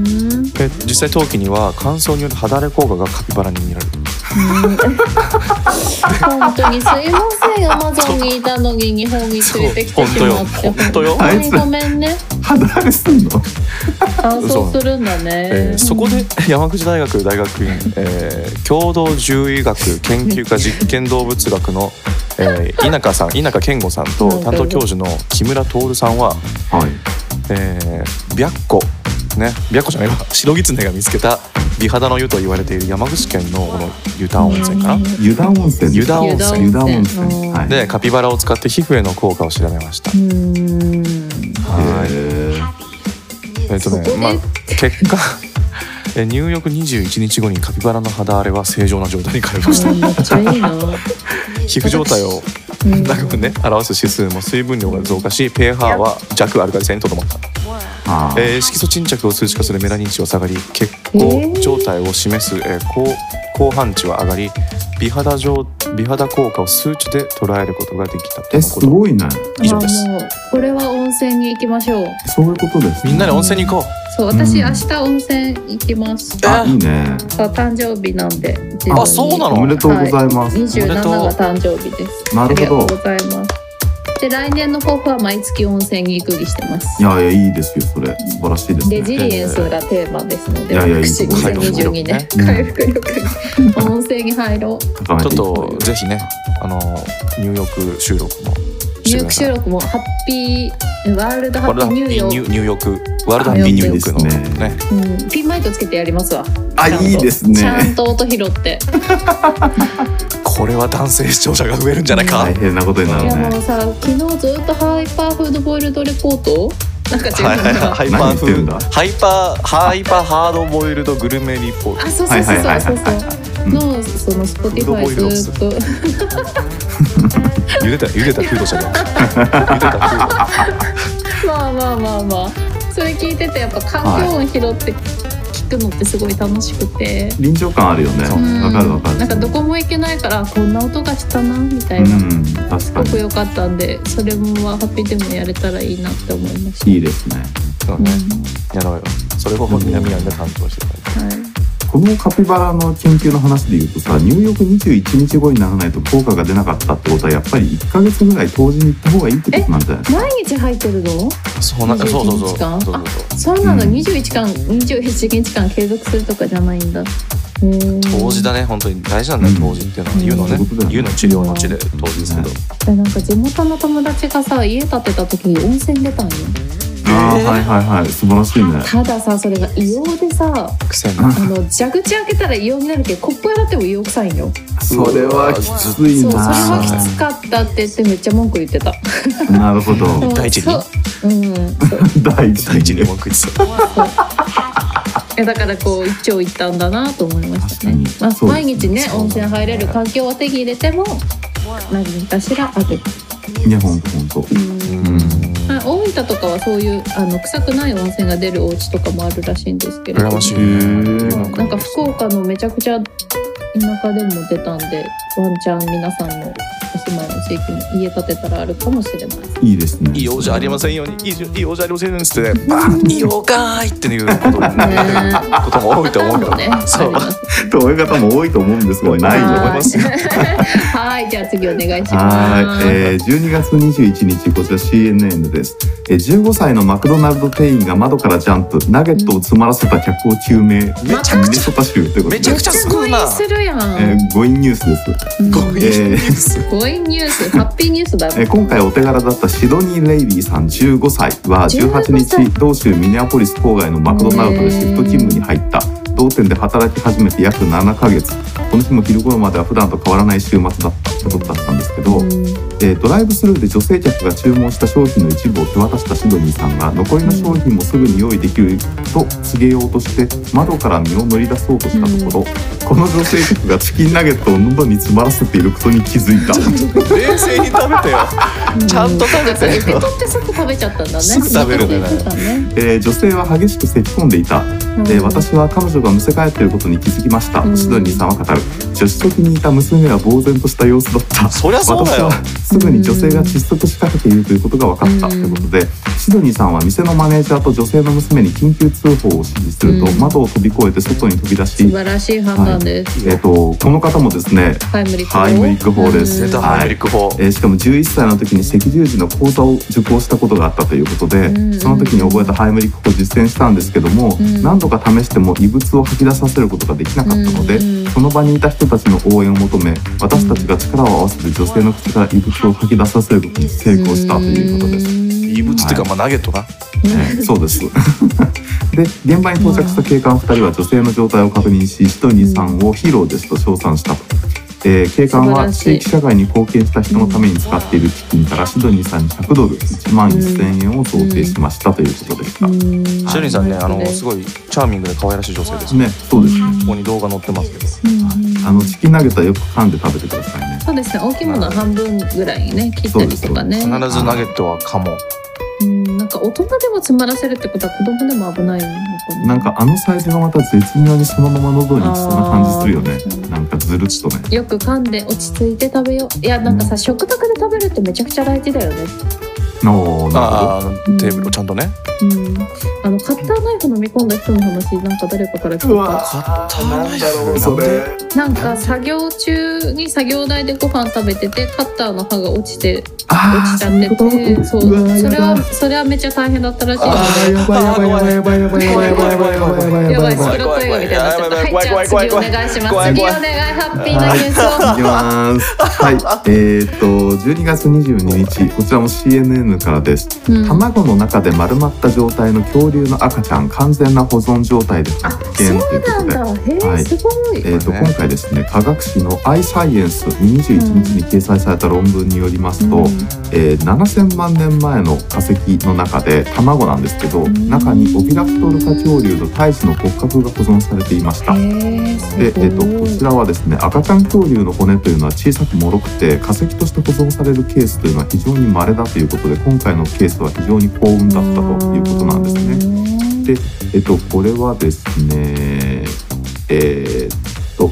で実際陶器には乾燥による肌荒れ効果がカピバラに見られている
本当にすいませんアマゾンにいたのに日本に連れてきてしまって
そう本当よ
本当にごめんね
肌荒れすんの
乾燥するんだ
え
ね
ーそこで 山口大学大学院、えー共同獣医学研究科実験動物学の、えー稲香さん稲香健吾さんと担当教授の木村徹さんは、
はい
えー、白虎ね白虎じゃないわ白狐が見つけた美肌の湯と言われている山口県のこの湯田温泉かな。
湯田温泉
湯田温泉
湯田温泉はい
でカピバラを使って皮膚への効果を調べました。
うん
はい
へー
えっとね、まあ、結果 え入浴21日後にカピバラの肌荒れは正常な状態に回復した
めっちゃいいな
皮膚状態を
うん
長くね表す指数も水分量が増加し pH は弱アルカリ性にとどまった、
あー
えー色素沈着を数値化するメラニン値は下がり血行状態を示す、えー高高反値は上がり美肌状美肌効果を数値で捉えることができたと
え
の
す
こと
ごいね
以上です
あもうこれは温泉に行きましょう
そういうことですね
みんなで温泉に行こう
そう私明日温泉行きます
あいいね
そう誕生日なんで
あそうなの
おめでとうございます
二十
おめで
七
とう
が誕生日です
なるほど
ありがとうございますで来年の抱負は毎月温泉に行くりしてます
いやいやいいですよそれ素晴らしいですね
レジリエンスがテーマですので、
いやいやいい
私2022年
回
回復力に温泉に入ろう
高め
ち
てい
ょっ
こと
ぜひねあの入浴収録もし
ニュ
て
ーク
ください
収録もハッピーワールドハ
ワール
ッ
ド
ピ
ハ
ー
ッピ
ニュ
ー
ーヨー
ニューニューヨークワールドハッピーニューヨークの
いいですね
ね
うん、ピンマイクつけてやりますわ
あ
ちゃんと
いいですね
ちゃんと音拾って
これは男性視聴者が増えるんじゃないか、
大変なことにないる
やも
ね
うさ昨日ずっとハイパーフードボイルドレポートなんか違う
はい
な
ハイパー
何言っ
フ
てん
ー
だ
ハイパーハイパーハードボイルドグルメリポート
あそう
は
そう
い
そ
は
う
いは
そ
いう
そう
はい
そうのその
フードボイル
Spotify
を
ず
す
っと
茹でた茹でたフードじゃない茹でたフード
まあまあまあまあそれ聞いててやっぱ環境音拾って聞くのってすごい楽しくて、
臨場感あるよね
うん
わかるわかる
なんかどこも行けないからあこんな音がしたなみた
う
いな、す
ん確か
ごく
に
良かったんでそれもまあハッピーでもやれたらいいなって思いました、
いいですね
そう
うん
ねやろうよそれこそ南アンが担当してた
はい、
このカピバラの研究の話で言うとさ入浴21日後にならないと効果が出なかったってことはやっぱり1ヶ月ぐらい当時に行った方がいいってことなんじゃないですか
毎日入ってるの
そうなそうそうそうそう
21日間
そう
そうなの、
うん
21時間21時間継続するとかじゃないんだ
当時だね本当に大事なんだよ
うん
当時っていうのは湯の
そういうことだ
ね
ね
湯の治療の地で当時ですけど
でなんか地元の友達がさ家建てた時に温泉出たんよ
ああはいはいはい素晴らしいね
たださそれが硫黄でさ
癖になる
あの蛇口開けたら硫黄になるけどコップ洗っても硫黄臭いんよ
それはきつい
そうそれ
な
はきつかったって言ってめっちゃ文句言ってた
なるほど
そう
大事に
そううんそう
大事
大事に文句言ってた
えだからこう一長一短だなと思いましたね、
確か
まあ、
にそうですね
毎日ね温泉入れる環境を手に入れても何かしらある
いやほんとほんと
うん
うん
あ大分とかはそういうあの臭くない温泉が出るお家とかもあるらしいんですけれど
羨
も
ましい
へ
うんなんか福岡のめちゃくちゃ田舎でも出たんでワンチャン皆さんのお住まいの地域に家建てたらあるかもしれないです
いいですね
いいようじゃありませんようにいいじいいようじゃありませんようにっつってねバーンいいようかーいっていうことになる
ね。
ことも多いと思うけ ど
パターンもね、
そう
あります
そういう方も多いと思うんですがない
と
よ
思います
はい、じゃあ次お願いしま
は
す。
い、えー、12月21日こちら CNN です、えー、15歳のマクドナルド店員が窓からジャンプナゲットを詰まらせた客を救命め
めちゃくち
ソタ州ということで
めちゃくちゃすごいな
めっちゃ強引するやん。
えー、ゴインニュースです
うん
ゃ
えー
すごいニュース、ハッピーニュースだよ。
えー今回お手柄だったシドニー・レイリーさん15歳は18
18歳
日同州ミネアポリス郊外のマクドナルドでシフト勤務に入った同店で働き始めて約7ヶ月この日も昼頃までは普段と変わらない週末だったことだったんですけど、えードライブスルーで女性客が注文した商品の一部を手渡したシドニーさんが残りの商品もすぐに用意できると告げようとして窓から身を乗り出そうとしたところ、この女性客がチキンナゲットを喉に詰まらせていることに気づい た
冷静に食べてよちゃんと食べて
ペトってすぐ食べちゃったんだね。
すぐ食べるね
お腹空いてたね。
えー女性は激しく咳き込んでいた、えー私は彼女がむせ返っていることに気づきました、
うん
シドニーさんは語る助手席にいた娘は呆然とした様子だった
そりゃそうだ
私
よ
はすぐに女性が窒息しかけているということが分かったということで、シドニーさんは店のマネージャーと女性の娘に緊急通報を指示すると、
うん
窓を飛び越えて外に飛び出し、
素晴らしい判断です。
えー、とこの方もですね、
ハイムリック法。
ハイムリック法です
出た
はい
ハイブリック法
えーしかも11歳の時に赤十字の講座を受講したことがあったということで、
うん
その時に覚えたハイムリック法を実践したんですけども、
うん
何度か試しても異物を吐き出させることができなかったので、
うん
その場にいた人たちの応援を求め私たちが力を合わせて女性の口から異物を吐き出させることに成功したということです。
異物っていうかまあナゲットな
えーそうです で現場に到着した警官2人は女性の状態を確認しシドニーさんをヒーローですと称賛したと、えー警官は
素晴ら
地
しい
域社会に貢献した人のために使っている基金からシドニーさんに100ドル1万1000円を贈呈しましたということでした、ね
シェリーさんねあのす
い。
ごいチャーミングで可愛らしい女性です
そうですね
ここに動画載ってますけど
うん
あのチキンナゲットはよく噛んで食べてくださいね
そうですね。大きいものは半分ぐらいにね、切ったりとかね。
必ずナゲットはカモ
うんなんか大人でも詰まらせるってことは子供でも危ないのか
なんかあのサイズがまた絶妙にそのまま喉にいきそうな感じするよね
あー
なんかずるっとね
よく噛んで落ち着いて食べよういやなんかさ、食卓で食べるってめちゃくちゃ大事だよね、
おーなるほど
ああテーブルをちゃんとね
うん、あのカッターナイフ飲み込んだ人の話なんか誰かから聞いた
なんだろう
それ
なんか作業中に作業台でご飯食べててカッターの刃が落ちて落
あ
ちち
ー
ゃって
そういうこ
て
と
そう
うわー
それ
や
は
だ
それはめっちゃ大変だったらしいの
あ
で
ーやばいやばいやばいや
ばいやば
いやばいやばいやばいや
ば
やばい、スロ
怖
ッ
い
ト映画みたいになっちゃった。はい、
怖い
じゃ
怖
あ
い怖
次
い
お願いします。
怖い
次お
怖い
願い、ハッピーなニュース
いきます。はい。えーっと、12月22日、こちらも CNN からです。
をうん。
卵の中で丸まった状態の恐竜の赤ちゃん、完全な保存状態で発見
そ
という
う
こ
な
と
ん
で。
だ。
は
へえ、
い
すごい。
えー、と
ね
今回ですね科学誌の「アイ・サイエンス」21日に掲載された論文によりますと、
うん
えー7000万年前の化石の中で卵なんですけど
ん
中にオビラプトル科恐竜の胎児の骨格が保存されていました。
へえ、すごい。
で、えっと、こちらはですね赤ちゃん恐竜の骨というのは小さく脆くて化石として保存されるケースというのは非常に稀だということで今回のケースは非常に幸運だったということなんですね。
ね。
えっと、これはですねえーっと、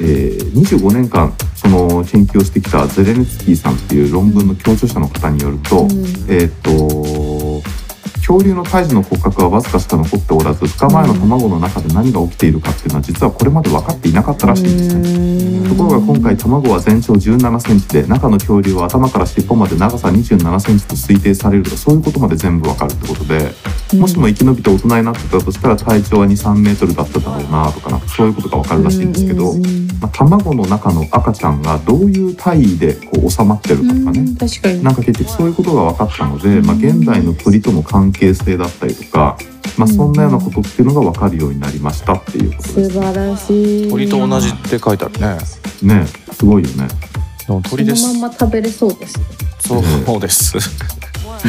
えー25年間その研究をしてきたゼレネツキーさんという論文の共著者の方によると、えーっと恐竜の胎児の骨格はわずかしか残っておらず孵化前の卵の中で何が起きているかっていうのは実はこれまで分かっていなかったらしいんですね。ところが今回卵は全長1 7センチで中の恐竜は頭から尻尾まで長さ2 7センチと推定されるとかそういうことまで全部わかるってことでもしも生き延びて大人になってたとしたら体長は2 3メートルだっただろうなとかなんかそういうことがわかるらしいんですけど
う、んうん
まあ、卵の中の赤ちゃんがどういう体位でこう収まってるかとか
う
ね
ん確かに。
なんか結局そういうことが分かったので、まあ、現代の鳥との関係性だったりとか、まあ、そんなようなことっていうのが分かるようになりましたっていうこと
素
です
晴らしい。
鳥と同じって書いてあるね
ねすごいよね。
でも鳥で
その
す
まんま食べれそうです。
そうです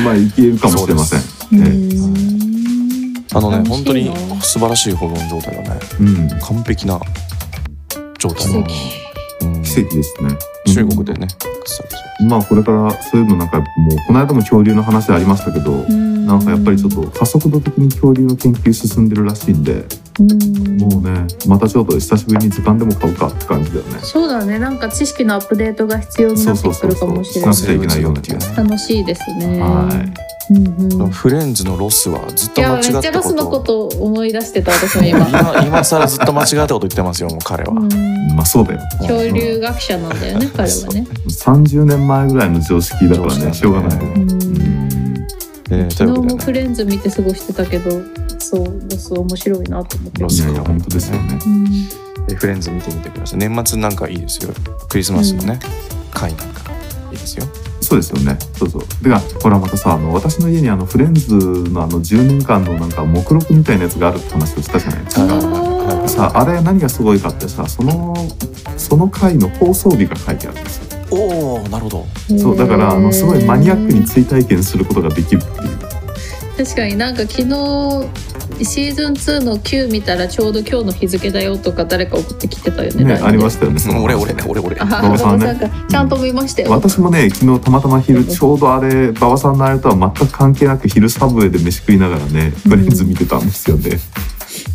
まあいけるかもしれません。
う
ええ
ん
あのね
楽しいな
本当に素晴らしい保存状態だね
うん、
完璧な状態
奇跡。
うん
奇奇跡ですね
中国で
うん
ね発掘され
まあこれからそういうのなんかもうこの間も恐竜の話ありましたけど、なんかやっぱりちょっと加速度的に恐竜の研究進んでるらしいんで
うん
もうねまたちょっと久しぶりに図鑑でも買うかって感じだよね
そうだねなんか知識のアップデートが必要になってくるかもしれな
ないくちゃいけないような気がする
楽しいですね、
はい
うんうん、い
フレンズのロスはずっと
や
間違
め
ったこと
っちゃロスのこと思い出してた私も 今
今今更ずっと間違ったこと言ってますよもう彼は、
うん
いまあそうだよ
恐竜学者なんだよね彼はね
30年前ぐらいの常識だから
常
ねし
識
ょう
だね
がないよ
う
ね
ん
えーという
昨
こ
日
と
もフ
でね
レンズ見て過ごしてたけどそうロス面白いなと思って
ロ
ま
い
す
ス
やいや本当ですよね
うん
えーフレンズ見てみてください年末なんかいいですよクリスマスのね、会なんかいいですよ
そうですよねそうそうてかほらまたさあの私の家にあのフレンズのあの10年間のなんか目録みたいなやつがあるって話をしたじゃないです
あ
か、
ー
さああれ何がすごいかってさそのその回の放送日が書いてあるんですよ
おおなるほど
そうだからあのすごいマニアックに追体験することができるっていう
確かになんか昨日シーズン2の9見たらちょうど今日の日付だよとか誰か送ってきてたよね
ね
LINE で
ありましたよねその
俺俺俺俺
あ
あ
馬場さんね
馬場かちゃんと見ましたよ、
私もね昨日たまたま昼ちょうどあれ馬場さんのあれとは全く関係なく昼サブウェイで飯食いながらねフレンズ見てたんですよね、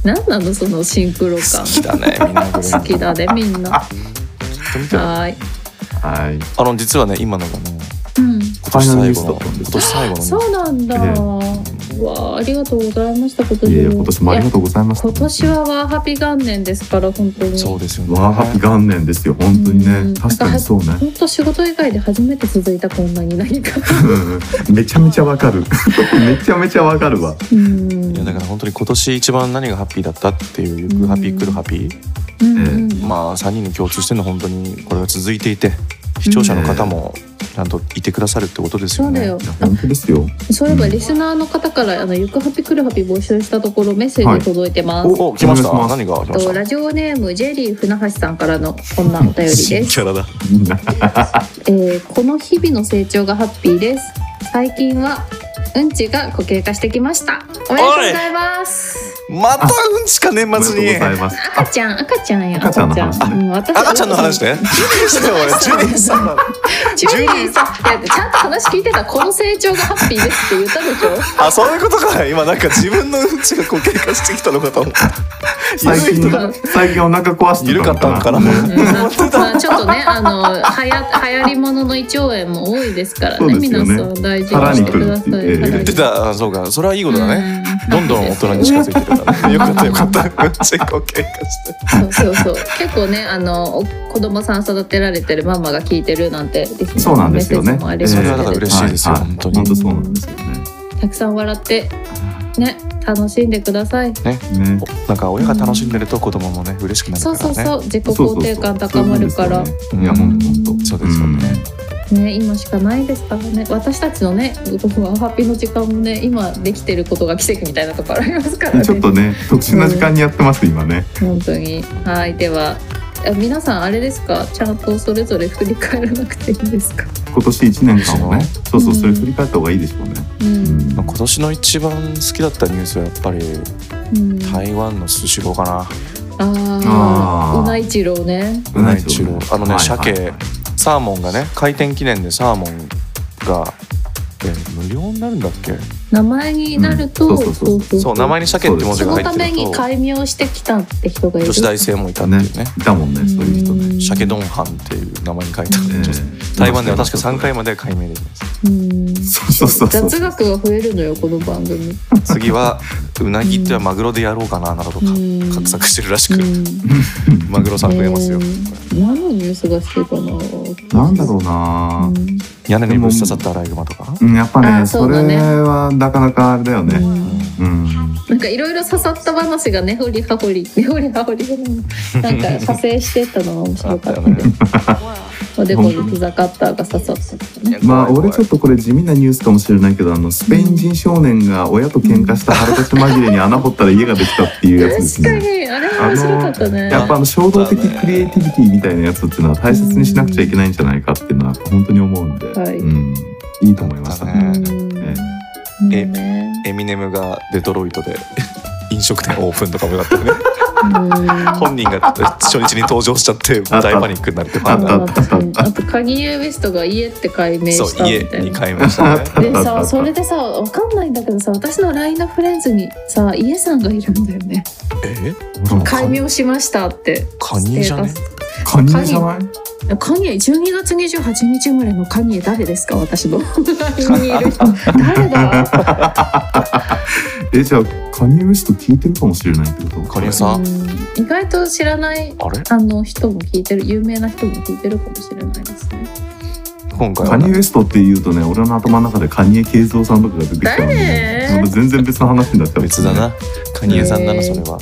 何なのそのシンクロ感
好きだねみんなこれ
好きだねみんなはーい、
はい
あの実はね今のがね
うん、
今年最後
ファイナルニュースだ
の
ったんで
今
す
年最後の
そうなんだ、
ね
わあありがとうございました今年
い
も
やいや今年もありがとうございました
今年はワーハピ元年ですから本当に
そうですよね
ワーハピ元年ですよ本当に
うん
ね確かにそうね
本当仕事以外で初めて続いたこんなに何か
うん めちゃめちゃ わかるめちゃめちゃわかるわ
うん
いやだから本当に今年一番何がハッピーだったっていうゆくハッピーくるハッピー
うん
ええ
うん
まあ3人に共通してるのは本当にこれが続いていて視聴者の方もちゃんといてくださるってことです
そ
よ
うだ
ね
よ
いや本当ですよ
あそういえばリスナーの方から「あのゆくハピくるハピ」募集したところメッセージ届いてます、
おお来ました
お願いします
何が来
え
ま
っと
した
ラジオネームジェリー船橋さんからのこんなお便りです
キャラだ
みんな
えーこの日々の成長がハッピーです最近はうんちが固形化してきましたおめでとうございます
またうんちか年
おめでとう
末
ご
に
ざいます
赤ちゃん赤ちゃんや
赤ちゃんの話ね
うん私
赤ちゃんの話ねジュリーさん俺ジュリーさん
ジュリーさんいやちゃんと話聞いてたこの成長がハッピーですって言ったでしょ
あそういうことか今なんか自分のうんちが固形化してきたのかと思った
最近
だ
最近お腹壊して
緩かったのかな
まあ、ちょっとねあのはや流行りものの胃腸炎も多いですから
そう
ね
ですよ
皆
ね
さん大事にしてください
腹に来るっていう
腹
言
に
ってたあそうかそれはいいことだね
うん
どんどん大人に近づいてるからね。よかったよかった。めっちゃ固形化して。
そうそうそう結構ねあのお子供さん育てられてるママが聞いてるなんてリスナーの
そうなんですよね
メッセージもあります
そ
け
れ
れ
は
ど
だから嬉しいですよ
はは
本当に
本当そうなんですよね
たくさん笑ってね楽しんでください
ね
なんか親が楽しんでると子供もね嬉しくなるか
そ
ら
うそ
ね。
うそう自己
そうそうそう
肯定感高まるから
そうなんですよねいや本当本当
そうですよね
ね今しかないですからね私たちのねワハッピーの時間もね今できてることが奇跡みたいなところありますから
うん
ね
ちょっとね特殊な時間にやってます今ね
本当にはいではあ皆さんあれですかちゃんとそれぞれ振り返らなくていいですか
今年一年間をねそうそう
うん
それ振り返った方がいいでしょうね
う、
うんん
まあ今年の一番好きだったニュースはやっぱり
うん、
台湾のスシローかな。
あ
あ
あ
ー
うないちろうね
うな一郎あのね
はいはい
鮭サーモンがね開店記念でサーモンがえー無料になるんだっけ？
名前になると、
うんそうそうそう
そう名前に鮭って文
そ
字が
の
入
ため
って
に
ると
改名してきたって人がいる
女子大生もいたっていうね。
いたもんねそういう人ね
ん
鮭丼飯っていう名前に書いてあ
え
る女子
ー
台湾では確か3回まで解明できます。
うん
そうそうそうそう
雑学が増えるのよこの番組
次はうなぎってマグロでやろうかななどとか
うん
画策してるらし
う
く
ん
マグロさん増えますよ
うん何のニュースが好きかな
なんだろうな
うん
屋根にぶち刺さったアライグマとか
うんやっぱ
あ
ね
そ
そう
だ
れ
ね
はなかなかあれだよ
う
ね
ん
うん
なんかいろいろ刺さった話がねほりはほりねほりはほりじゃないなんか派生してったのが面白かったねおでこにピザカッターが刺さったとかね
まあ俺ちょ
っ
っとこれ地味なニュースかもしれないけどあのスペイン人少年が親と喧嘩した腹立ち紛れに穴掘ったら家ができたっていうやつです
確か
ね
にあれは面白かったね
やっぱあの衝動的クリエイティビティみたいなやつっていうのは大切にしなくちゃいけないんじゃないかっていうのは本当に思うんで、
はい
うん、いいと思いました
ぱ
ね。
うん
え
うんね
エミネムがデトロイトで 飲食店オープンとかもよかったよ ね
うん
本人が初日に登場しちゃって
た
大パニックになるってパ
あ
ン
っ
ダ
た
あとあと鍵ユーベストが家って解明
そう
した
家
みたい
に
な。
買いましたね
でさそれでさわかんないんだけどさ私の LINE のフレンズにさ家さんがいるんだよね
え
解明しましたって
カニじゃね
ステー
カニじゃない
タスカニエ12月28日生まれのカニエ誰ですか私の LINE にいる人誰だ
えじゃあカニウエスト聞いてるかもしれないってこと
カニさん
うん意外と知らない
あれ
あの人も聞いてる有名な人も聞いてるかもしれないですね
今回
カ
は
ニウエストって言うとね俺の頭の中でカニエ慶三さんとかが出てきたのに
誰
その全然別の話になっちゃう
別だなカニエさんな
へ
の
ー
それは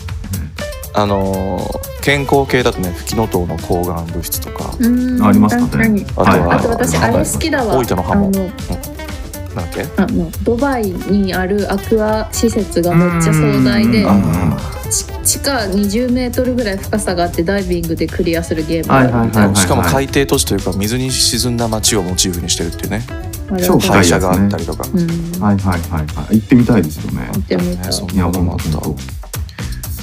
あのー健康系だとねフキノトウの抗がん物質とか
うん
ありましたね
確かに
あとは、
はい
あと私あれ好きだわ
大分の
あ
ハ
の
モなんだっけ
あのドバイにあるアクア施設がめっちゃ壮大で
うんは
ち地下20メートルぐらい深さがあってダイビングでクリアするゲーム
いはいはいはい、はい、
しかも海底都市というか水に沈んだ街をモチーフにしてるっていうね
あれ
超深い
会社があったりとか、
うん
はいはいはいはい行ってみたいですよね
見てみた
ねそん
いや
なこ
も
と
う
もあ
本
った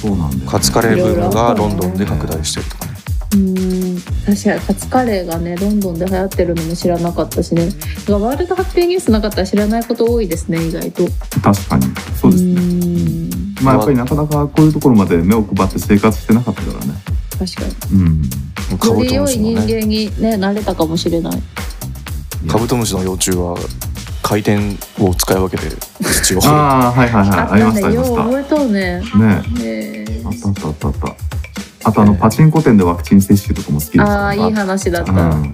当そうなんだよね、
カツカレーブームがロンドンで拡大してるとかね
うん確かにカツカレーがねロンドンで流行ってるのも知らなかったしねワールドハッピーニュースなかったら知らないこと多いですね意外と
確かにそうですね
ん
まあやっぱりなかなかこういうところまで目を配って生活してなかったからね
確かに
うん
カ
よ
ブ
り
ト
良
ム
い
シの
人
ね
間にね慣れたかもしれない
カブトムシの幼虫は回転を使い分けて土を
ああはいはいはいありましたあり
よう
ました
覚えとうね
ね
ねえ
あったあったあったあったあとあのパチンコ店でワクチン接種とかも好きです
ああいい
ね
話だっ
う
た、
ん、は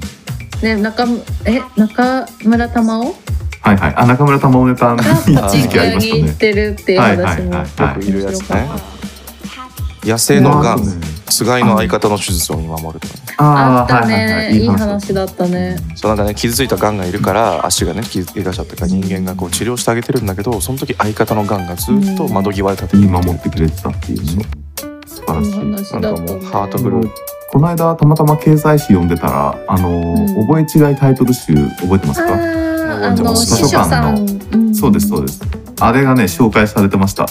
い
ね中むえ中村玉緒
はいあ中村玉緒ネタの
がパチン
時
コ
期あり
屋
まし
に行った
ね
てるっていう
はいはい
話
はい
も
よ
は
く
い
いるやつね
て
野生
いう
の
が
が
あ
ん
ーそうね
菅井の相方の手術を見守るとかね
あ
あ
っ
ー
た
はいはい
ね
はい
いい話だったね
そうなんかね傷ついたがんがいるから足がね傷怪我しちゃったから人間がこう治療してあげてるんだけどその時相方のがんがずっと窓際で立て
いい
て
守ってくれてたっていうね素晴
い
ら
い
しい
話だ
な
っ
ん
たね
かもうハートフル
この間たまたま経済誌読んでたらあのー、
うん
覚え違いタイトル集覚えてます
あ
か
ああ
で
の
も
師
図書
匠さん、ん
そうですそうですあれがね紹介されてました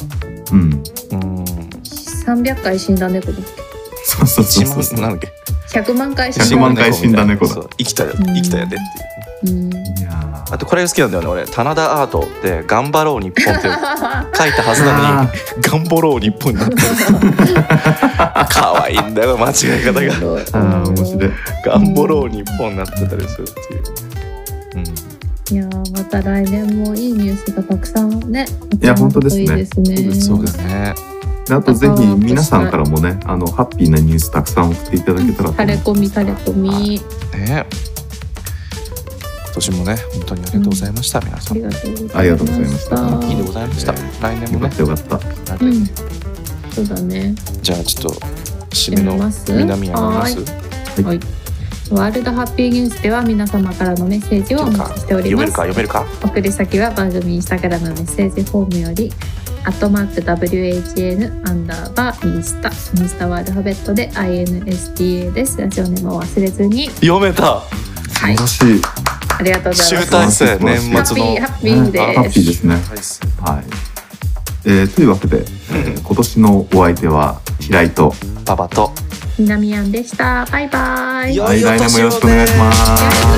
うん
うん
300回死んだ猫だ
そうそうそう
一
そう
万なんだっけ
100万回死んだ
100万回死んだ猫だ
そう生きたよ生きたよねっていう
うん、
いやー
あとこれが好きなんだよね俺棚田アートで「頑張ろう日本」って書いたはずなの
あ
に「頑張ろう日本」になって 可愛いんだよ間違い方が
ーあー面白い
「頑張ろう日本」になってたりするっていう。うん
いやーまた来年もいいニュースがたくさんね
いや本当ですね
いいですね
そうですね。
であとぜひ皆さんからもねあのハッピーなニュースたくさん送っていただけたらと思
垂
い
れ
ます
込み垂れ込み
ね。今年もね、本当にありがとうございました、皆
あ
さん。
り
い
がとうございました
ありがとうございました
いでございました。
え
来年も
よかっ
ね
た。よかった
なん
う
で
んそうだね
じゃあちょっと締めの
やめます
南山ます。
ワールドハッピーニュースでは皆様からのメッセージをお待ちしており
読め
ま
る
す
か読めるか。
送り先は番組インスタグラムメッセージフォームより「アットマーク #WHN アンダーバーインスタ」インスタはアルファベットで INSTA ですラジオネームを忘れずに
読めた。
はい
素晴らしい
ありがとうございま
集
すハ
大成年
ッ
末
ピー
の
ハッピー
ハッ
で
ピ
す
ーですね
大成
はい、えーというわけで、えー今年のお相手は平井と
パパと。
南アンでしたバイバイ
よ
はい来年もよろしくお願いします